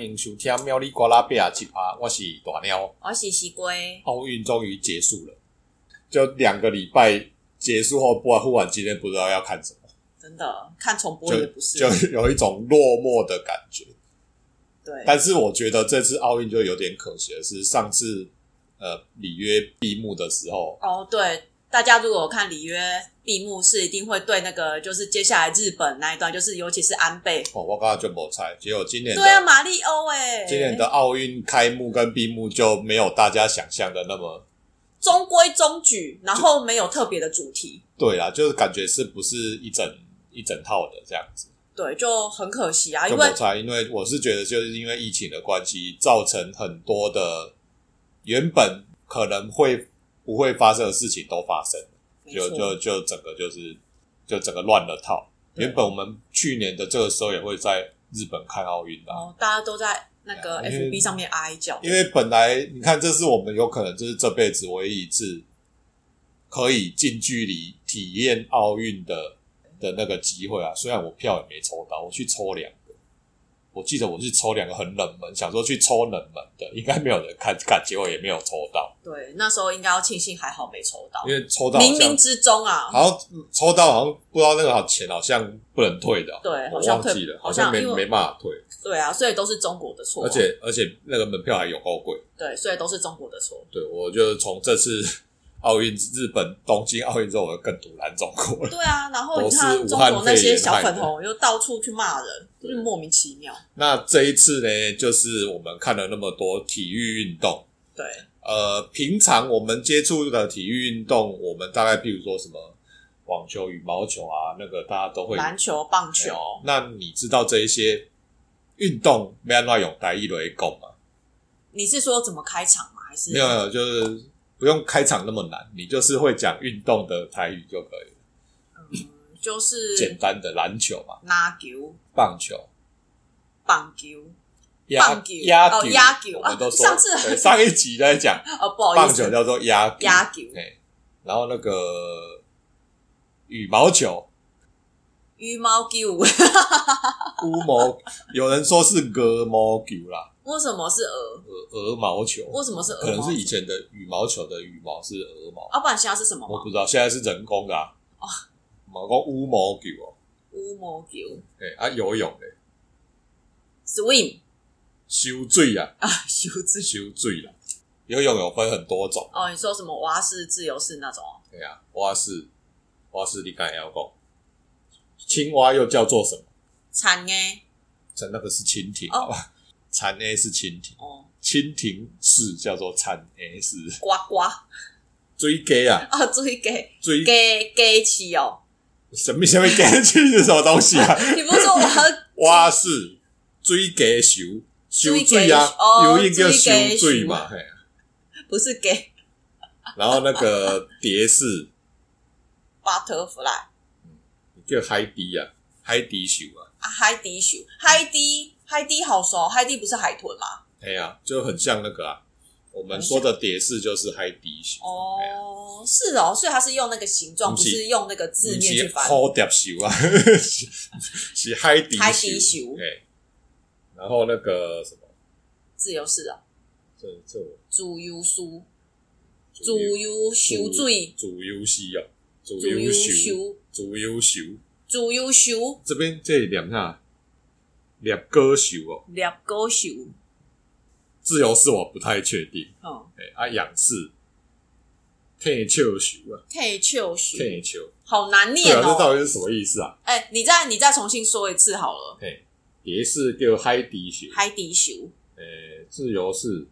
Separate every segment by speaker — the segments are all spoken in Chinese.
Speaker 1: 迎收听喵哩呱啦贝啊奇葩，我是大喵。
Speaker 2: 我是西龟，
Speaker 1: 奥运终于结束了，就两个礼拜结束后，不然忽然今天不知道要看什么，
Speaker 2: 真的看重播也
Speaker 1: 就
Speaker 2: 不是，
Speaker 1: 就有一种落寞的感觉。
Speaker 2: 对，
Speaker 1: 但是我觉得这次奥运就有点可惜的是，上次呃里约闭幕的时候，
Speaker 2: 哦对，大家如果有看里约闭幕式，一定会对那个就是接下来日本那一段，就是尤其是安倍，
Speaker 1: 哦，我刚刚就没猜，结果今年的、
Speaker 2: 对啊，马里欧哎，
Speaker 1: 今年的奥运开幕跟闭幕就没有大家想象的那么
Speaker 2: 中规中矩，然后没有特别的主题，
Speaker 1: 对啦，就是感觉是不是一整一整套的这样子。
Speaker 2: 对，就很可惜啊，
Speaker 1: 就
Speaker 2: 因
Speaker 1: 没
Speaker 2: 为
Speaker 1: 差，因为我是觉得就是因为疫情的关系，造成很多的原本可能会不会发生的事情都发生了，
Speaker 2: 没
Speaker 1: 就
Speaker 2: 错
Speaker 1: 就就整个就是就整个乱了套。
Speaker 2: 对
Speaker 1: 原本我们去年的这个时候也会在日本看奥运的啊，
Speaker 2: 哦，大家都在那个
Speaker 1: 对啊因为
Speaker 2: FB 上面哀叫，
Speaker 1: 因为本来你看，这是我们有可能就是这辈子唯一一次可以近距离体验奥运的的那个机会啊。虽然我票也没抽到，我去抽两个，我记得我是抽两个很冷门，想说去抽冷门的，应该没有人看，看结果也没有抽到，
Speaker 2: 对，那时候应该要庆幸还好没抽到
Speaker 1: 因，为抽到好像
Speaker 2: 冥冥之中啊，
Speaker 1: 好像抽到好像不知道那个钱好像不能退的啊，
Speaker 2: 对
Speaker 1: 我
Speaker 2: 好像
Speaker 1: 忘记了，
Speaker 2: 退
Speaker 1: 好像没
Speaker 2: 好像因为
Speaker 1: 没办法退，
Speaker 2: 对啊，所以都是中国的错，
Speaker 1: 而且而且那个门票还有够贵。
Speaker 2: 对，所以都是中国的错，
Speaker 1: 对，我就从这次 奥运日本东京奥运之后，我就更独揽中国了。
Speaker 2: 对啊，然后
Speaker 1: 都
Speaker 2: 你
Speaker 1: 是
Speaker 2: 看
Speaker 1: 武
Speaker 2: 中
Speaker 1: 汉
Speaker 2: 国那
Speaker 1: 肺炎
Speaker 2: 些小
Speaker 1: 害
Speaker 2: 粉
Speaker 1: 的
Speaker 2: 红又到处去骂人，就是莫名其妙。
Speaker 1: 那这一次呢，就是我们看了那么多体育运动，
Speaker 2: 对，
Speaker 1: 呃，平常我们接触的体育运动，我们大概譬如说什么网球、羽毛球啊，那个大家都会
Speaker 2: 篮球、棒
Speaker 1: 哎
Speaker 2: 球，
Speaker 1: 那你知道这一些运动没办法用台语来讲吗？
Speaker 2: 你是说怎么开场吗？还是
Speaker 1: 没有，啊没有，就是不用开场那么难，你就是会讲运动的台语就可以了。
Speaker 2: 就
Speaker 1: 简
Speaker 2: 是
Speaker 1: 单的篮球嘛，
Speaker 2: 拉球、
Speaker 1: 棒球，
Speaker 2: 棒球？
Speaker 1: 压
Speaker 2: 棒球
Speaker 1: 压
Speaker 2: 哦压球
Speaker 1: 我们都说
Speaker 2: 啊上次
Speaker 1: 对上一集在讲
Speaker 2: 哦，不好
Speaker 1: 棒
Speaker 2: 意
Speaker 1: 球
Speaker 2: 思，
Speaker 1: 叫做压球
Speaker 2: 压球、
Speaker 1: 哎，然后那个羽毛 球
Speaker 2: 羽毛球，
Speaker 1: 乌毛，有人说是鹅毛球啦，
Speaker 2: 为什么是鹅？
Speaker 1: 鹅鹅毛球，
Speaker 2: 为什么是鹅？
Speaker 1: 可能是以前的羽毛球的羽毛是鹅毛，
Speaker 2: 啊，不然现在是什么
Speaker 1: 我
Speaker 2: 吗？
Speaker 1: 不知道，现在是人工的啊，
Speaker 2: 哦
Speaker 1: 毛公乌毛球哦，
Speaker 2: 乌毛球
Speaker 1: 哎啊游泳的
Speaker 2: ，swim
Speaker 1: 修水啊，
Speaker 2: 啊， 修字。
Speaker 1: 修水啦，游泳有分很多种，
Speaker 2: 哦，你说什么蛙式、自由式那种？
Speaker 1: 对啊，蛙式，蛙式你刚才要讲，青蛙又叫做什么？
Speaker 2: 铲诶，
Speaker 1: 这那个是蜻蜓，
Speaker 2: 哦
Speaker 1: 好吧？蝉 A 是蜻蜓，
Speaker 2: 哦，
Speaker 1: 蜻蜓式叫做蝉 A 式。
Speaker 2: 呱呱
Speaker 1: 追鸡啊，
Speaker 2: 啊，追给
Speaker 1: 追
Speaker 2: 给给起哦。
Speaker 1: 什么什么鸡是什么东西啊？
Speaker 2: 你不是说我要
Speaker 1: 蛙式追鸡球，修
Speaker 2: 追鸡
Speaker 1: 水啊
Speaker 2: 球，哦
Speaker 1: 游泳叫修
Speaker 2: 追鸡
Speaker 1: 水
Speaker 2: 球
Speaker 1: 嘛。嘿，啊
Speaker 2: 不是给
Speaker 1: 然后那个蝶式
Speaker 2: butterfly
Speaker 1: 叫海底啊，海底球啊，
Speaker 2: 啊，海底熊，海底海底好熟，海底不是海豚吗？
Speaker 1: 哎呀、就很像那个啊。我们说的蝶式就是海底球，嘿啊
Speaker 2: 哦，是哦，所以它是用那个形状，
Speaker 1: 不
Speaker 2: 不
Speaker 1: 是
Speaker 2: 是用那个字
Speaker 1: 不
Speaker 2: 面
Speaker 1: 是
Speaker 2: 去翻。
Speaker 1: 虎蝶球啊， 是是海底
Speaker 2: 海底
Speaker 1: 球
Speaker 2: 球，
Speaker 1: 哎，然后那个什么，
Speaker 2: 自由式哦，
Speaker 1: 这这我
Speaker 2: 主游书，主游修水，
Speaker 1: 主优西哦，主
Speaker 2: 主
Speaker 1: 优
Speaker 2: 游
Speaker 1: 秀，
Speaker 2: 修，
Speaker 1: 主优秀，
Speaker 2: 主游修，
Speaker 1: 这边这里念下，两歌手哦，
Speaker 2: 猎狗修，
Speaker 1: 自由式我不太确定，
Speaker 2: 嗯，
Speaker 1: 哎啊，仰式，退球球啊，
Speaker 2: 退球修，
Speaker 1: 退球，
Speaker 2: 好难
Speaker 1: 对
Speaker 2: 念
Speaker 1: 啊，这到
Speaker 2: 哦。
Speaker 1: 底是什么意思啊？
Speaker 2: 哎，你再你再重新说一次好了，
Speaker 1: 哎，蝶式叫海底球，
Speaker 2: 海底修，
Speaker 1: 哎，自由式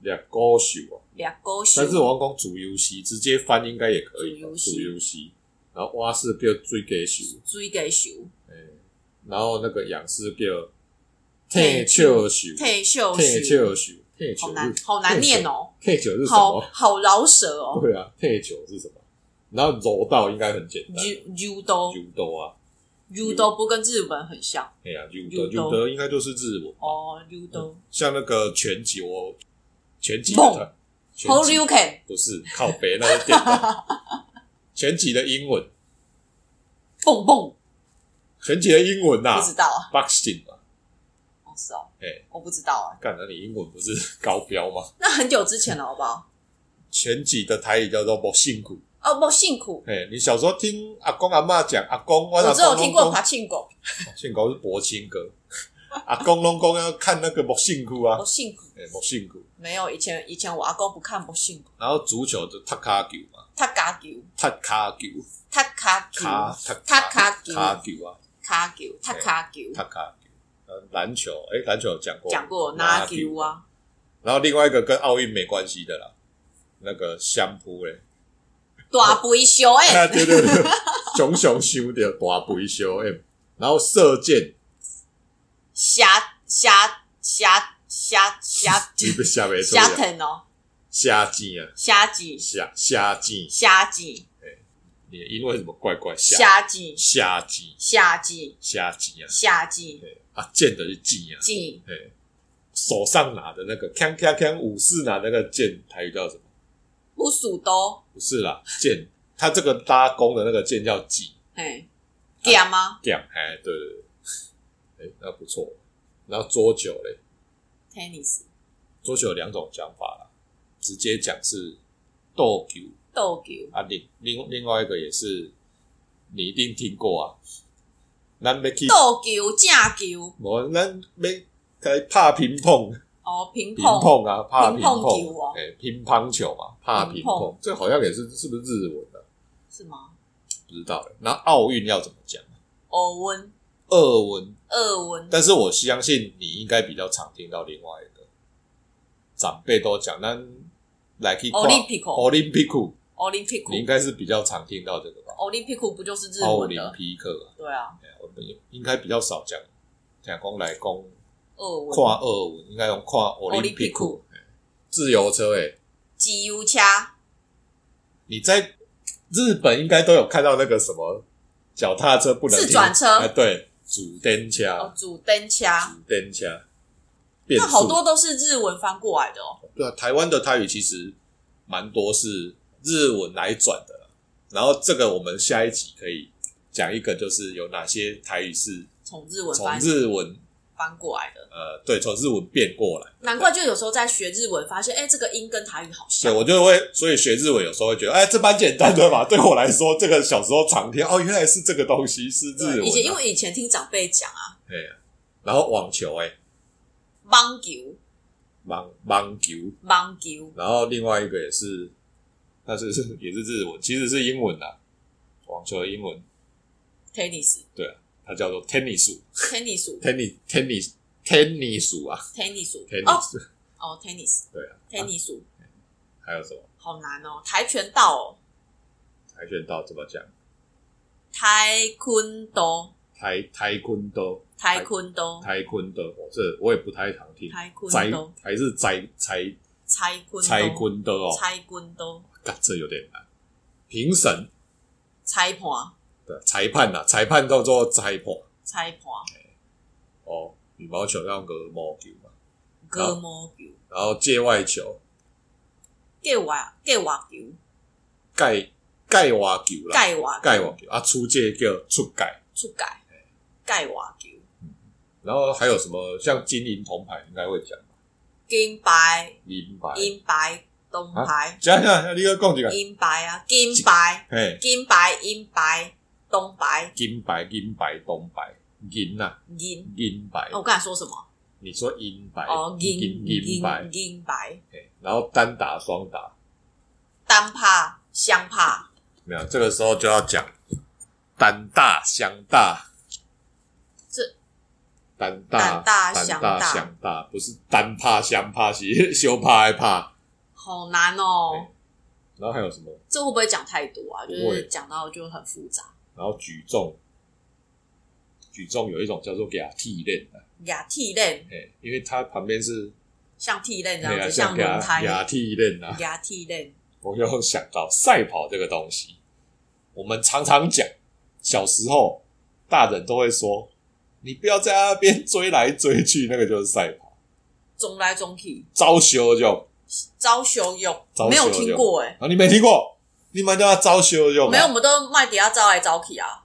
Speaker 1: 两歌手哦。
Speaker 2: 猎狗修
Speaker 1: 但，是我要讲主游戏，直接翻应该也可以吧。
Speaker 2: 主游
Speaker 1: 主
Speaker 2: 戏
Speaker 1: 游戏，然后蛙式叫追给球，
Speaker 2: 水给修，
Speaker 1: 然后那个仰式叫退
Speaker 2: 退
Speaker 1: 球
Speaker 2: 球
Speaker 1: 球，
Speaker 2: 退休
Speaker 1: 退
Speaker 2: 修。
Speaker 1: 球球，退球
Speaker 2: 好难，好难念哦，
Speaker 1: 退球是什
Speaker 2: 好
Speaker 1: 么？
Speaker 2: 好饶舌哦，
Speaker 1: 对啊，退球是什么？然后柔道应该很简单，
Speaker 2: 柔柔道
Speaker 1: 柔道啊，
Speaker 2: 柔道不跟日本很像
Speaker 1: 哎呀，柔道，
Speaker 2: 柔
Speaker 1: 柔
Speaker 2: 道
Speaker 1: 道应该就是日文。
Speaker 2: 哦，柔道
Speaker 1: 像那个拳击，我拳击
Speaker 2: 梦
Speaker 1: 的拳
Speaker 2: h o l
Speaker 1: 击
Speaker 2: you can
Speaker 1: 不是靠北，那是电 脑。拳击的英文，
Speaker 2: 蹦蹦，
Speaker 1: 拳击的英文呐
Speaker 2: 不知道啊
Speaker 1: ，boxing 嘛。
Speaker 2: 哦是哦，
Speaker 1: 哎
Speaker 2: 我不知道啊，
Speaker 1: 干，那你英文不是 高标吗？
Speaker 2: 那很久之前了，好不好？
Speaker 1: 全集的台语叫做“不辛苦
Speaker 2: 哦，不辛苦”。，
Speaker 1: 哎，你小时候听阿公阿妈讲，阿公我
Speaker 2: 我只有听过
Speaker 1: 爬
Speaker 2: 爬庆狗，
Speaker 1: 信狗是薄情哥，阿公龙公要看那个不辛苦啊
Speaker 2: 不，辛苦
Speaker 1: 哎，不辛苦。
Speaker 2: 没有以前以前我阿公不看不辛苦，
Speaker 1: 然后足球就踢卡球嘛，
Speaker 2: 他嘎球，
Speaker 1: 踢卡球，
Speaker 2: 他卡球，
Speaker 1: 卡踢
Speaker 2: 嗯踢卡
Speaker 1: 卡球啊，
Speaker 2: 球卡球，他卡球
Speaker 1: 踢，卡球。呃，篮球，哎，篮球有讲过，
Speaker 2: 讲过拿
Speaker 1: 拿
Speaker 2: 球。啊，
Speaker 1: 然后另外一个跟奥运没关系的啦，那个相扑嘞，
Speaker 2: 大肥小
Speaker 1: 啊，
Speaker 2: 哎，
Speaker 1: 对对对，熊熊修的大肥修 M，然后射箭，
Speaker 2: 虾虾虾虾虾
Speaker 1: 你不下没错
Speaker 2: 虾
Speaker 1: 呀，
Speaker 2: 疼哦，
Speaker 1: 虾箭啊，
Speaker 2: 虾子
Speaker 1: 虾虾箭，
Speaker 2: 虾子
Speaker 1: 你的英文怎么怪怪？虾
Speaker 2: 虾子
Speaker 1: 虾箭，
Speaker 2: 虾子
Speaker 1: 虾箭啊，
Speaker 2: 虾子
Speaker 1: 对啊，箭的是箭啊，
Speaker 2: 子
Speaker 1: 对，手上拿的那个锵锵锵武士拿那个箭，台语叫什么？
Speaker 2: 不数刀，
Speaker 1: 不是啦，箭，他这个拉弓的那个箭叫戟，
Speaker 2: 嘿，剑吗？
Speaker 1: 剑，哎，对对对，哎，那不错。然后桌球嘞，
Speaker 2: tennis
Speaker 1: 桌球有两种讲法啦，直接讲是斗球
Speaker 2: 斗球，
Speaker 1: 啊，另另另外一个也是你一定听过啊，咱要去，
Speaker 2: 斗球正球，
Speaker 1: 无咱要来拍乒乓，
Speaker 2: 哦，乒
Speaker 1: 乒
Speaker 2: 乓
Speaker 1: 乓啊，拍
Speaker 2: 乒乓
Speaker 1: 乓
Speaker 2: 球哦
Speaker 1: 哎、乒乓球嘛，拍
Speaker 2: 乒
Speaker 1: 乒
Speaker 2: 乓
Speaker 1: 乓，这好像也是是不是日文啊？
Speaker 2: 是吗？
Speaker 1: 不知道了。那奥运要怎么讲？
Speaker 2: 欧文
Speaker 1: 俄文，
Speaker 2: 二文
Speaker 1: 但是我相信你应该比较常听到另外一个长辈都讲，咱来去看
Speaker 2: Olympic
Speaker 1: Olympic，
Speaker 2: Olympic
Speaker 1: 你应该是比较常听到这个吧？
Speaker 2: Olympic 不就是日
Speaker 1: 奥
Speaker 2: 文
Speaker 1: 林
Speaker 2: 的？
Speaker 1: 匹克啊，
Speaker 2: 对啊，
Speaker 1: 哎我们应该比较少讲，讲讲来讲
Speaker 2: 二文
Speaker 1: 看俄文，应该用看奥林匹
Speaker 2: Olympic
Speaker 1: 克哎自由车、欸。哎，
Speaker 2: 自由车
Speaker 1: 你在日本应该都有看到那个什么脚踏车不能
Speaker 2: 自
Speaker 1: 停
Speaker 2: 转车
Speaker 1: 哎，对，主灯车，
Speaker 2: 哦，主灯车，
Speaker 1: 主灯车，变
Speaker 2: 那好
Speaker 1: 速
Speaker 2: 多都是日文翻过来的哦。
Speaker 1: 对啊，台湾的台语其实蛮多是日文来转的啦。然后这个我们下一集可以讲一个，就是有哪些台语是
Speaker 2: 从日文
Speaker 1: 从
Speaker 2: 翻
Speaker 1: 日文
Speaker 2: 翻过来的，
Speaker 1: 呃，对，从日文变过来。
Speaker 2: 难怪就有时候在学日文，发现哎、这个音跟台语好
Speaker 1: 对，
Speaker 2: 像。
Speaker 1: 我就会，所以学日文有时候会觉得，哎，这蛮简单的嘛。对我来说，这个小时候常听，哦，原来是这个东西是日文、啊。
Speaker 2: 以前因为以前听长辈讲啊，
Speaker 1: 哎呀，然后网球、哎，
Speaker 2: 棒球、
Speaker 1: 网网球，
Speaker 2: 棒球、
Speaker 1: 然后另外一个也是，那是是也是日文，其实是英文啦。网球的英文
Speaker 2: tennis、
Speaker 1: 它叫做 tennis。
Speaker 2: tennis、
Speaker 1: tennis tennis tennis 啊
Speaker 2: tennis，哦
Speaker 1: tennis
Speaker 2: 哦，tennis，
Speaker 1: 对啊
Speaker 2: ，tennis，
Speaker 1: 还有什么
Speaker 2: 好难哦，跆拳道哦，
Speaker 1: 跆拳道怎么讲？
Speaker 2: 跆坤道，
Speaker 1: 跆跆坤道，
Speaker 2: 跆坤道，
Speaker 1: 跆坤道，我这我也不太常听。
Speaker 2: 跆
Speaker 1: 宅
Speaker 2: 坤道，
Speaker 1: 还是宅宅
Speaker 2: 跆坤道
Speaker 1: 跆坤道哦，
Speaker 2: 跆坤道，
Speaker 1: 干这有点难。评审
Speaker 2: 裁判，
Speaker 1: 对裁判呐、啊，裁判叫做裁判
Speaker 2: 裁判，
Speaker 1: 哦。羽毛球叫鹅毛球嘛，
Speaker 2: 割毛球，
Speaker 1: 然后界外球
Speaker 2: 界外界外球，
Speaker 1: 盖盖瓦球啦，
Speaker 2: 界外
Speaker 1: 盖瓦球啊，出界叫出盖。
Speaker 2: 出界，界外球，
Speaker 1: 然后还有什么像金银铜牌应该会讲吧
Speaker 2: 金牌、
Speaker 1: 银牌，
Speaker 2: 银牌、铜牌、
Speaker 1: 讲讲，你要讲一个。
Speaker 2: 银牌啊，金牌、
Speaker 1: 嘿，
Speaker 2: 金牌、银牌、铜牌、
Speaker 1: 金白、银白、东白、银呐、啊，
Speaker 2: 银。
Speaker 1: 银白。
Speaker 2: 哦我刚才说什么？
Speaker 1: 你说银白，
Speaker 2: 哦，银
Speaker 1: 银
Speaker 2: 银
Speaker 1: 白，
Speaker 2: 银牌，
Speaker 1: 嘿然后单打、双打，
Speaker 2: 单拍、双拍、
Speaker 1: 没有，这个时候就要讲单大、相大。
Speaker 2: 这
Speaker 1: 单大、
Speaker 2: 单大
Speaker 1: 单
Speaker 2: 相
Speaker 1: 大、
Speaker 2: 大
Speaker 1: 相大，不是单怕、相怕，是修怕、害怕。
Speaker 2: 好难哦
Speaker 1: 对。然后还有什么？
Speaker 2: 这会不会讲太多啊？就
Speaker 1: 不
Speaker 2: 是
Speaker 1: 会
Speaker 2: 讲到就很复杂。
Speaker 1: 然后举重，举重有一种叫做给它替练的，
Speaker 2: 亚替链
Speaker 1: 嘿，因为它旁边是
Speaker 2: 像替链这
Speaker 1: 嘿
Speaker 2: 样
Speaker 1: 啊
Speaker 2: 子，像
Speaker 1: 给它
Speaker 2: 轮胎
Speaker 1: 给它替练啊，
Speaker 2: 牙替链，
Speaker 1: 我又想到赛跑这个东西，我们常常讲，小时候大人都会说，你不要在那边追来追去，那个就是赛跑，
Speaker 2: 总来总去，
Speaker 1: 招羞就，
Speaker 2: 招修用
Speaker 1: 招，
Speaker 2: 没有
Speaker 1: 羞用
Speaker 2: 听过哎、
Speaker 1: 啊，你没听过，你们叫他招羞就，
Speaker 2: 没有，我们都卖底下招来招去啊，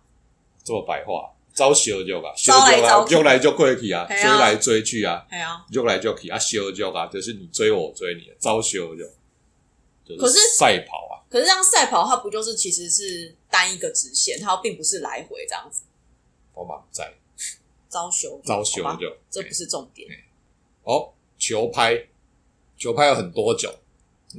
Speaker 1: 这么白话，招小就啊，
Speaker 2: 招来招
Speaker 1: 啊，
Speaker 2: 去
Speaker 1: 用来就过去啊，
Speaker 2: 嘿
Speaker 1: 追
Speaker 2: 啊
Speaker 1: 来追去啊，
Speaker 2: 哎呀，
Speaker 1: 用来就去啊，小就啊，就是你追我，我追你，招小就，就
Speaker 2: 可是
Speaker 1: 赛跑啊，
Speaker 2: 可是这样赛跑，它不就是其实是单一个直线，它并不是来回这样子
Speaker 1: 我马在
Speaker 2: 招修
Speaker 1: 招小
Speaker 2: 好吧
Speaker 1: 就，
Speaker 2: 这不是重点。
Speaker 1: 哦，球拍，球拍有很多种，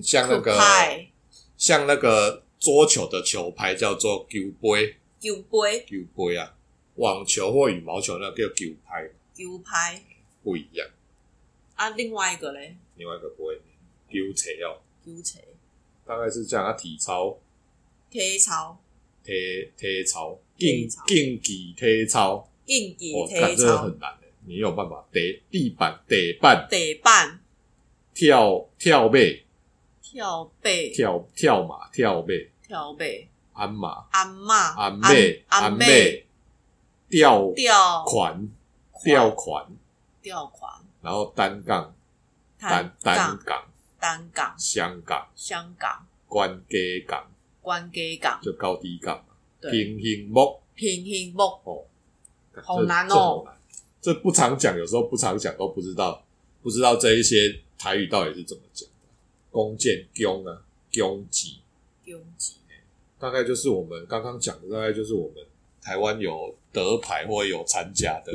Speaker 1: 像那个
Speaker 2: 可拍
Speaker 1: 像那个桌球的球拍叫做球杯，
Speaker 2: 丢杯
Speaker 1: 球杯啊，网球或羽毛球那个叫球拍，
Speaker 2: 丢拍
Speaker 1: 不一样，
Speaker 2: 啊，另外一个嘞
Speaker 1: 另外一个不会球车哦，
Speaker 2: 丢锤
Speaker 1: 大概是这样啊，体操。
Speaker 2: 体操、
Speaker 1: 体体操，竞
Speaker 2: 体操
Speaker 1: 竞技体操，
Speaker 2: 竞技
Speaker 1: 我看
Speaker 2: 体
Speaker 1: 这个
Speaker 2: 操、
Speaker 1: 很难的，你有办法？地地板、地板、
Speaker 2: 地板、
Speaker 1: 跳跳背、
Speaker 2: 跳背、
Speaker 1: 跳跳马、跳背、
Speaker 2: 跳背、
Speaker 1: 鞍马、
Speaker 2: 鞍马、
Speaker 1: 鞍背、
Speaker 2: 鞍
Speaker 1: 鞍背、吊
Speaker 2: 吊
Speaker 1: 环、吊环，
Speaker 2: 吊款、
Speaker 1: 然后单杠、单
Speaker 2: 单
Speaker 1: 单
Speaker 2: 杠、
Speaker 1: 杠、
Speaker 2: 单杠、
Speaker 1: 香港、
Speaker 2: 香港、
Speaker 1: 关街杠，
Speaker 2: 关街港，
Speaker 1: 就高低杠，
Speaker 2: 对，
Speaker 1: 平行木
Speaker 2: 平行木
Speaker 1: 哦，
Speaker 2: 好难哦
Speaker 1: 这这好难这不常讲，有时候不常讲都不知道，不知道这一些台语到底是怎么讲的。弓箭、弓啊、弓击，
Speaker 2: 拥挤，
Speaker 1: 大概就是我们刚刚讲的，大概就是我们台湾有得牌或有参加的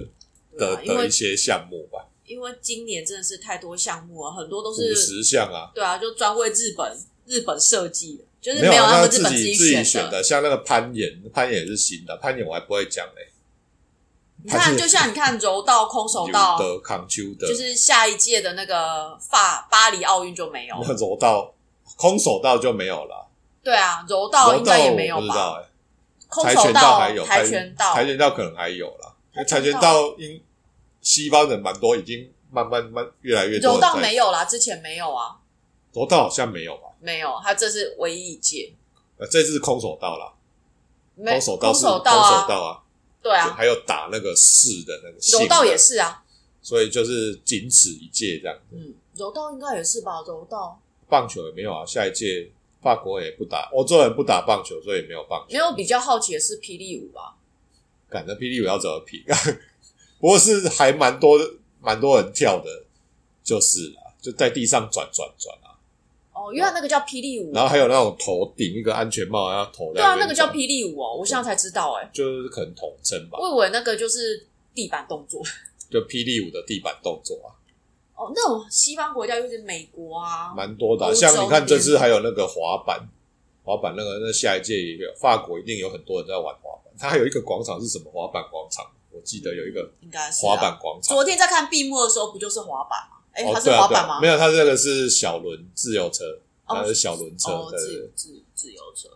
Speaker 2: 对
Speaker 1: 的
Speaker 2: 啊因
Speaker 1: 的
Speaker 2: 为
Speaker 1: 一些项目吧，
Speaker 2: 因为今年真的是太多项目了，很多都
Speaker 1: 五
Speaker 2: 是
Speaker 1: 十项啊，
Speaker 2: 对啊，就专为日本日本设计的，就是
Speaker 1: 有
Speaker 2: 有
Speaker 1: 啊那
Speaker 2: 他们日
Speaker 1: 自
Speaker 2: 本
Speaker 1: 己
Speaker 2: 己
Speaker 1: 己选
Speaker 2: 的。
Speaker 1: 的，像那个攀岩，攀岩也是新的，攀岩我还不会讲嘞、
Speaker 2: 你看，就像你看柔道、空手道，
Speaker 1: 的、抗丘的，
Speaker 2: 就是下一届的那个法巴黎奥运就没有。
Speaker 1: 那柔道、空手道就没有了，
Speaker 2: 对啊，柔道应该也没
Speaker 1: 柔道我
Speaker 2: 有
Speaker 1: 不知道
Speaker 2: 吧？
Speaker 1: 哎、
Speaker 2: 空
Speaker 1: 跆
Speaker 2: 手
Speaker 1: 拳道还有，
Speaker 2: 跆拳道、
Speaker 1: 跆拳道可能还有啦，因为
Speaker 2: 跆
Speaker 1: 跆
Speaker 2: 拳
Speaker 1: 拳
Speaker 2: 道
Speaker 1: 道因西方人蛮多，已经慢慢慢越来越多。
Speaker 2: 柔道没，有啦，之前没有啊，
Speaker 1: 柔道好像没有吧？
Speaker 2: 没有，他这是唯一一届。
Speaker 1: 呃，这次空手道啦，
Speaker 2: 没
Speaker 1: 空手道是
Speaker 2: 空手
Speaker 1: 空
Speaker 2: 啊，
Speaker 1: 手道啊，
Speaker 2: 对
Speaker 1: 就
Speaker 2: 啊，
Speaker 1: 还有打那个式的那个性
Speaker 2: 柔道也，是啊，
Speaker 1: 所以就是仅此一届这样。
Speaker 2: 嗯，柔道应该也是吧，柔道
Speaker 1: 棒球也没有啊，下一届法国也不打，欧洲人不打棒球，所以也没有棒球。
Speaker 2: 没有比较好奇的是霹雳舞吧，
Speaker 1: 感觉霹雳舞要怎么评？不过是还蛮多蛮多人跳的，就是啦，就在地上转转转啊。
Speaker 2: 哦，因为它那个叫霹雳舞，
Speaker 1: 然后还有那种头顶一个安全帽，然后头在
Speaker 2: 对啊，
Speaker 1: 边
Speaker 2: 那个叫
Speaker 1: 转
Speaker 2: 霹雳舞哦，我现在才知道哎、
Speaker 1: 就是可能统称吧，
Speaker 2: 我以为那个就是地板动作
Speaker 1: 就霹雳舞的地板动作啊，
Speaker 2: 哦，那种西方国家就是美国啊，
Speaker 1: 蛮多的啊、
Speaker 2: 欧洲
Speaker 1: 像你看这
Speaker 2: 那
Speaker 1: 次还有那个滑板，滑板那个那下一届也有，法国一定有很多人在玩滑板。它还有一个广场是什么滑板广场？我记得有一个
Speaker 2: 应该是、啊、
Speaker 1: 滑板。广场。
Speaker 2: 昨天在看闭幕的时候，不就是滑板吗？哎、
Speaker 1: 哦，
Speaker 2: 它是
Speaker 1: 对啊，
Speaker 2: 滑
Speaker 1: 对
Speaker 2: 板
Speaker 1: 啊，
Speaker 2: 吗？
Speaker 1: 没有，它这个是小轮自由车，
Speaker 2: 哦
Speaker 1: 它是小轮车，
Speaker 2: 哦，
Speaker 1: 对
Speaker 2: 自
Speaker 1: 对
Speaker 2: 由
Speaker 1: 对，
Speaker 2: 自自由车，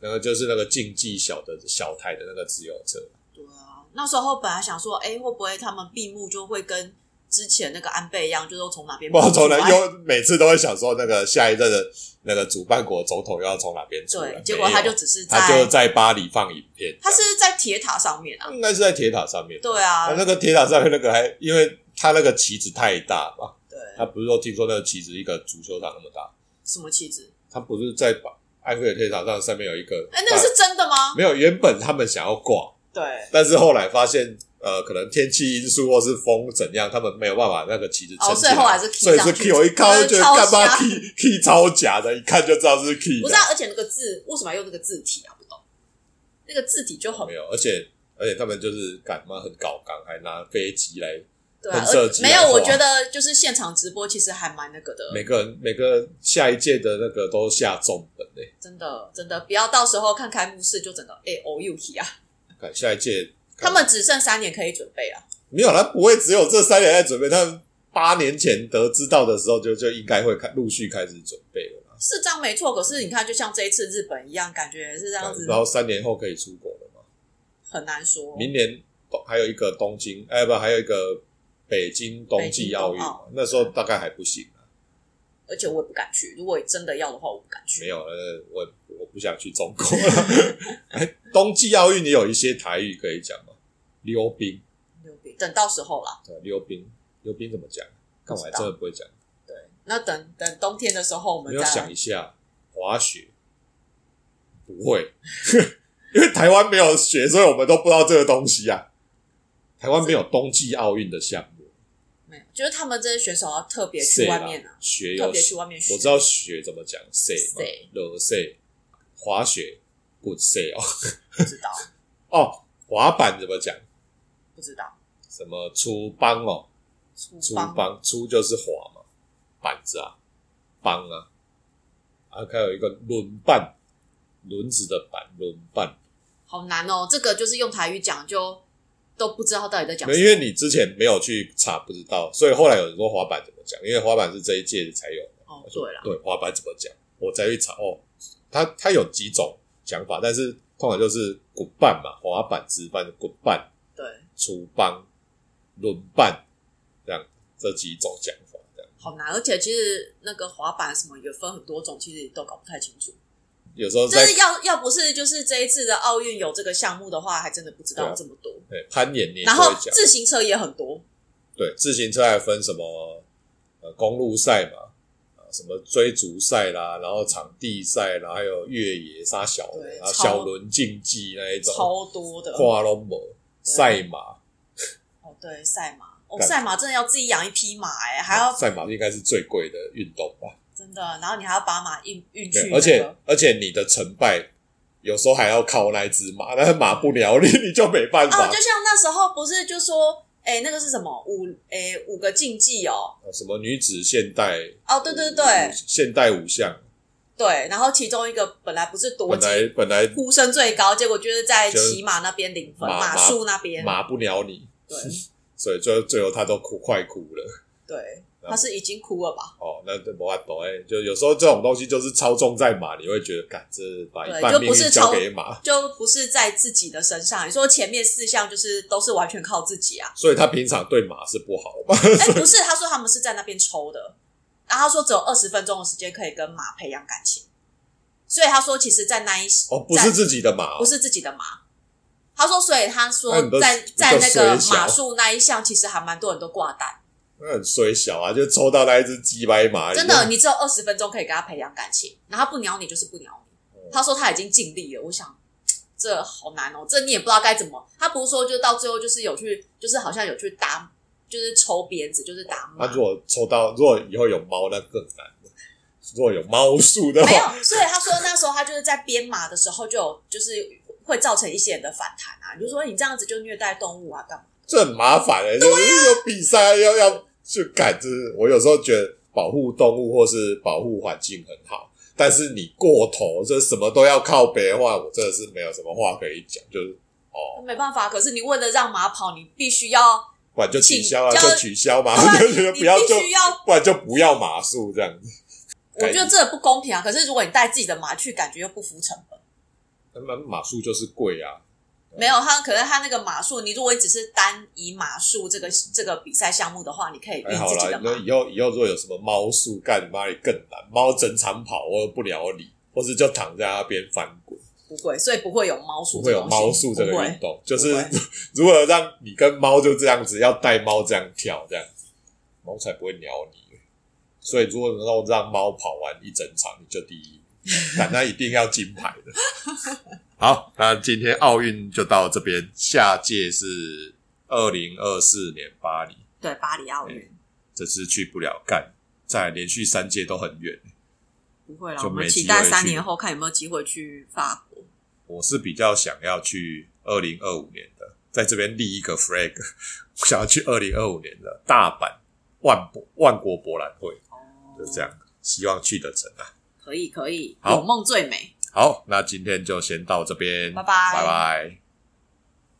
Speaker 1: 那个就是那个竞技小的小台的那个自由车，
Speaker 2: 对啊。那时候本来想说，哎、会不会他们闭幕就会跟之前那个安倍一样，就是从哪边
Speaker 1: 不知道从哪，
Speaker 2: 跑出来
Speaker 1: 又每次都会想说，那个下一任的那个主办国总统又要从哪边出来？
Speaker 2: 对，结果他
Speaker 1: 没
Speaker 2: 就
Speaker 1: 有
Speaker 2: 只是在，
Speaker 1: 他就在巴黎放影片，
Speaker 2: 他是在铁塔上面
Speaker 1: 这
Speaker 2: 啊
Speaker 1: 样，应该是在铁塔上面。
Speaker 2: 对啊
Speaker 1: 他，那个铁塔上面那个还，因为他那个旗子太大嘛，
Speaker 2: 对，
Speaker 1: 他不是说听说那个旗子一个足球场那么大，
Speaker 2: 什么旗子？
Speaker 1: 他不是在把埃菲尔铁塔上上面有一个，
Speaker 2: 哎、那个是真的吗？
Speaker 1: 没有原本他们想要挂，
Speaker 2: 对，
Speaker 1: 但是后来发现。呃，可能天气因素或是风怎样，他们没有办法那个旗子撑
Speaker 2: 哦
Speaker 1: 起
Speaker 2: 所
Speaker 1: 来，
Speaker 2: 以后来是 key
Speaker 1: 啊所以是
Speaker 2: 上去
Speaker 1: K，我一看就觉得
Speaker 2: 超
Speaker 1: 干嘛
Speaker 2: 瞎
Speaker 1: K K 超假的，一看就知道是 K。
Speaker 2: 不是、啊，而且那个字为什么要用那个字体啊？不懂，那个字体就很
Speaker 1: 没有，而且而且他们就是敢嘛，很搞刚，还拿飞机来，
Speaker 2: 对、啊，
Speaker 1: 很设
Speaker 2: 而
Speaker 1: 计啊
Speaker 2: 没有，
Speaker 1: 是吧
Speaker 2: 我觉得就是现场直播其实还蛮那个的，
Speaker 1: 每个人每个下一届的那个都下重本欸诶、
Speaker 2: 真的真的，不要到时候看开幕式就整个哎哦又提啊，
Speaker 1: 看下一届
Speaker 2: 他们只剩三年可以准备啊，
Speaker 1: 没有，他不会只有这三年在准备，他们八年前得知到的时候就就应该会开陆续开始准备了啦。
Speaker 2: 是这样没错。可是你看，就像这一次日本一样，感觉是这样子
Speaker 1: 然，后三年后可以出国了嘛？
Speaker 2: 很难说。
Speaker 1: 明年东还有一个东京，哎不，还有一个北京冬季奥运
Speaker 2: 北京冬
Speaker 1: 嘛，那时候大概还不行啊。
Speaker 2: 而且我也不敢去，如果真的要的话，我不敢去。
Speaker 1: 没有，呃，我我不想去中国了。 哎，冬季奥运你有一些台语可以讲吗？溜冰，
Speaker 2: 牛逼，等到时候啦。
Speaker 1: 对，溜冰，溜冰怎么讲？看我还
Speaker 2: 不知道
Speaker 1: 真的不会讲，
Speaker 2: 对，那等等冬天的时候，我们
Speaker 1: 你
Speaker 2: 再
Speaker 1: 要
Speaker 2: 来
Speaker 1: 想一下，滑雪 不会，因为台湾没有雪，所以我们都不知道这个东西啊。台湾没有冬季奥运的项目，
Speaker 2: 没有，就是他们这些选手要特别去
Speaker 1: 谁啦
Speaker 2: 外面啊，
Speaker 1: 雪
Speaker 2: 特
Speaker 1: 有
Speaker 2: 别去外面学。
Speaker 1: 我知道雪怎么讲，塞嘛
Speaker 2: 谁，
Speaker 1: 热塞，滑雪滚塞哦
Speaker 2: 不知道，
Speaker 1: 哦，滑板怎么讲？
Speaker 2: 不知道。
Speaker 1: 什么粗帮哦，
Speaker 2: 厨
Speaker 1: 粗
Speaker 2: 房
Speaker 1: 帮粗就是滑嘛，板子啊，帮啊，啊，还有一个轮板，轮子的板，轮板。
Speaker 2: 好难哦，这个就是用台语讲就都不知道到底在讲
Speaker 1: 没有，
Speaker 2: 什
Speaker 1: 因
Speaker 2: 么。
Speaker 1: 为你之前没有去查，不知道，所以后来有人说滑板怎么讲，因为滑板是这一届才有。
Speaker 2: 哦
Speaker 1: 我，说
Speaker 2: 对了，
Speaker 1: 对，滑板怎么讲？我再去查哦，它它有几种讲法，但是通常就是滚板嘛，滑板、直板、滚板、
Speaker 2: 对，
Speaker 1: 粗棒、轮板这样这几种讲法，这样
Speaker 2: 好难，而且其实那个滑板什么也分很多种，其实都搞不太清楚。
Speaker 1: 有时候
Speaker 2: 就
Speaker 1: 在
Speaker 2: 是要要不是就是这一次的奥运有这个项目的话，还真的不知
Speaker 1: 对
Speaker 2: 道
Speaker 1: 啊
Speaker 2: 这么多。
Speaker 1: 对攀岩你也
Speaker 2: 然
Speaker 1: 不
Speaker 2: 后
Speaker 1: 会讲，
Speaker 2: 自行车也很多，
Speaker 1: 对，自行车还分什么呃公路赛嘛，啊什么追逐赛啦，然后场地赛啦，还有越野杀小的
Speaker 2: 对
Speaker 1: 然后
Speaker 2: 超
Speaker 1: 小轮竞技那一种，
Speaker 2: 超多的。
Speaker 1: 跨龙模
Speaker 2: 对
Speaker 1: 赛马，
Speaker 2: 哦，对，赛马，哦，
Speaker 1: 干
Speaker 2: 赛马真的要自己养一匹马哎、还要
Speaker 1: 赛马应该是最贵的运动吧。
Speaker 2: 真的，然后你还要把马运运去、那
Speaker 1: 对，
Speaker 2: 个
Speaker 1: 而且而且你的成败有时候还要靠那一只马，但是马不鸟你，你就没办
Speaker 2: 哦，
Speaker 1: 法。
Speaker 2: 就像那时候不是就说，哎、那个是什么五哎、五个竞技哦，
Speaker 1: 什么女子现代
Speaker 2: 哦，对对对
Speaker 1: 五现代五项
Speaker 2: 对，然后其中一个本来不是夺
Speaker 1: 本
Speaker 2: 金
Speaker 1: 来本来
Speaker 2: 呼声最高，结果就是在
Speaker 1: 就是
Speaker 2: 骑马那边零分，
Speaker 1: 马
Speaker 2: 马
Speaker 1: 马
Speaker 2: 术那边，
Speaker 1: 马不鸟你，
Speaker 2: 对
Speaker 1: 所以最后最后他都哭快哭了。
Speaker 2: 对，
Speaker 1: 然后
Speaker 2: 他是已经哭了吧？
Speaker 1: 哦，那这没办法哎，就有时候这种东西就是操纵在马，你会觉得，干这把
Speaker 2: 对
Speaker 1: 一半
Speaker 2: 就
Speaker 1: 命
Speaker 2: 不是
Speaker 1: 运交
Speaker 2: 操
Speaker 1: 给马，？
Speaker 2: 就不是在自己的身上。你说前面四项就是都是完全靠自己啊
Speaker 1: 所以他平常对马是不好嘛。
Speaker 2: 哎、不是，他说他们是在那边抽的，然后他说只有二十分钟的时间可以跟马培养感情，所以他说其实，在那一
Speaker 1: 哦，不
Speaker 2: 在
Speaker 1: 是自己的马哦，
Speaker 2: 不是自己的马。他说，所以他说
Speaker 1: 那你都
Speaker 2: 在
Speaker 1: 你都
Speaker 2: 在那
Speaker 1: 衰
Speaker 2: 个
Speaker 1: 小
Speaker 2: 马术那一项，其实还蛮多人都挂单。
Speaker 1: 那很衰小啊，就抽到那一只鸡掰马，
Speaker 2: 真的，你只有二十分钟可以跟他培养感情，然后他不鸟你就是不鸟你
Speaker 1: 嗯。
Speaker 2: 他说他已经尽力了，我想这好难哦，这你也不知道该怎么。他不是说就到最后就是有去，就是好像有去打，就是抽鞭子，就是打
Speaker 1: 那、
Speaker 2: 马。
Speaker 1: 如果抽到，如果以后有猫，那更难了。如果有猫术的
Speaker 2: 没
Speaker 1: 话，
Speaker 2: 有，所以他说那时候他就是在编码的时候就有，就是会造成一些人的反弹啊，就说你这样子就虐待动物啊，干嘛？
Speaker 1: 这很麻烦哎、
Speaker 2: 啊
Speaker 1: 就是有比赛要要去赶，就是我有时候觉得保护动物或是保护环境很好，但是你过头，这什么都要靠北的话，我真的是没有什么话可以讲，就是
Speaker 2: 没办法，可是你为了让马跑，你必须要，
Speaker 1: 不然就取消啊，
Speaker 2: 请
Speaker 1: 就取消嘛，
Speaker 2: 不然
Speaker 1: 就
Speaker 2: 你
Speaker 1: 觉得
Speaker 2: 你
Speaker 1: 不要就哎
Speaker 2: 必须要
Speaker 1: 不然就不要马术这样子。
Speaker 2: 我觉得这不公平啊。可是如果你带自己的马去，感觉又不服成本。
Speaker 1: 那马术就是贵啊，
Speaker 2: 没有他，可能他那个马术，你如果你只是单以马术这个这个比赛项目的话，你可以运
Speaker 1: 还哎好
Speaker 2: 自己
Speaker 1: 啦
Speaker 2: 的，马
Speaker 1: 那。以后以后如果有什么猫术，干你妈你更难，猫整场跑我不了你，或是就躺在那边翻滚，
Speaker 2: 不会，所以不会有猫术
Speaker 1: 不
Speaker 2: 这
Speaker 1: 会
Speaker 2: 个
Speaker 1: 有
Speaker 2: 东西，
Speaker 1: 猫术这个
Speaker 2: 不
Speaker 1: 运
Speaker 2: 会。
Speaker 1: 动，就是
Speaker 2: 不会
Speaker 1: 如果让你跟猫就这样子，要带猫这样跳这样子，猫才不会鸟你。所以如果能够让猫跑完一整场，你就第一名，但那一定要金牌的。 好，那今天奥运就到这边，下届是二零二四年巴黎。
Speaker 2: 对，巴黎奥
Speaker 1: 哎
Speaker 2: 运
Speaker 1: 这次去不了干，再连续三届都很远。
Speaker 2: 不会啦，
Speaker 1: 就
Speaker 2: 我
Speaker 1: 没
Speaker 2: 们
Speaker 1: 机会
Speaker 2: 期待
Speaker 1: 去
Speaker 2: 三年后看有没有机会去法国。
Speaker 1: 我是比较想要去二零二五年的，在这边立一个 flag，我 想要去二零二五年的大阪万博万国博览会，
Speaker 2: 哦
Speaker 1: 就这，样，希望去得成啊。
Speaker 2: 可以可以，
Speaker 1: 好
Speaker 2: 有梦最美。
Speaker 1: 好，那今天就先到这边，
Speaker 2: 拜拜
Speaker 1: 拜拜。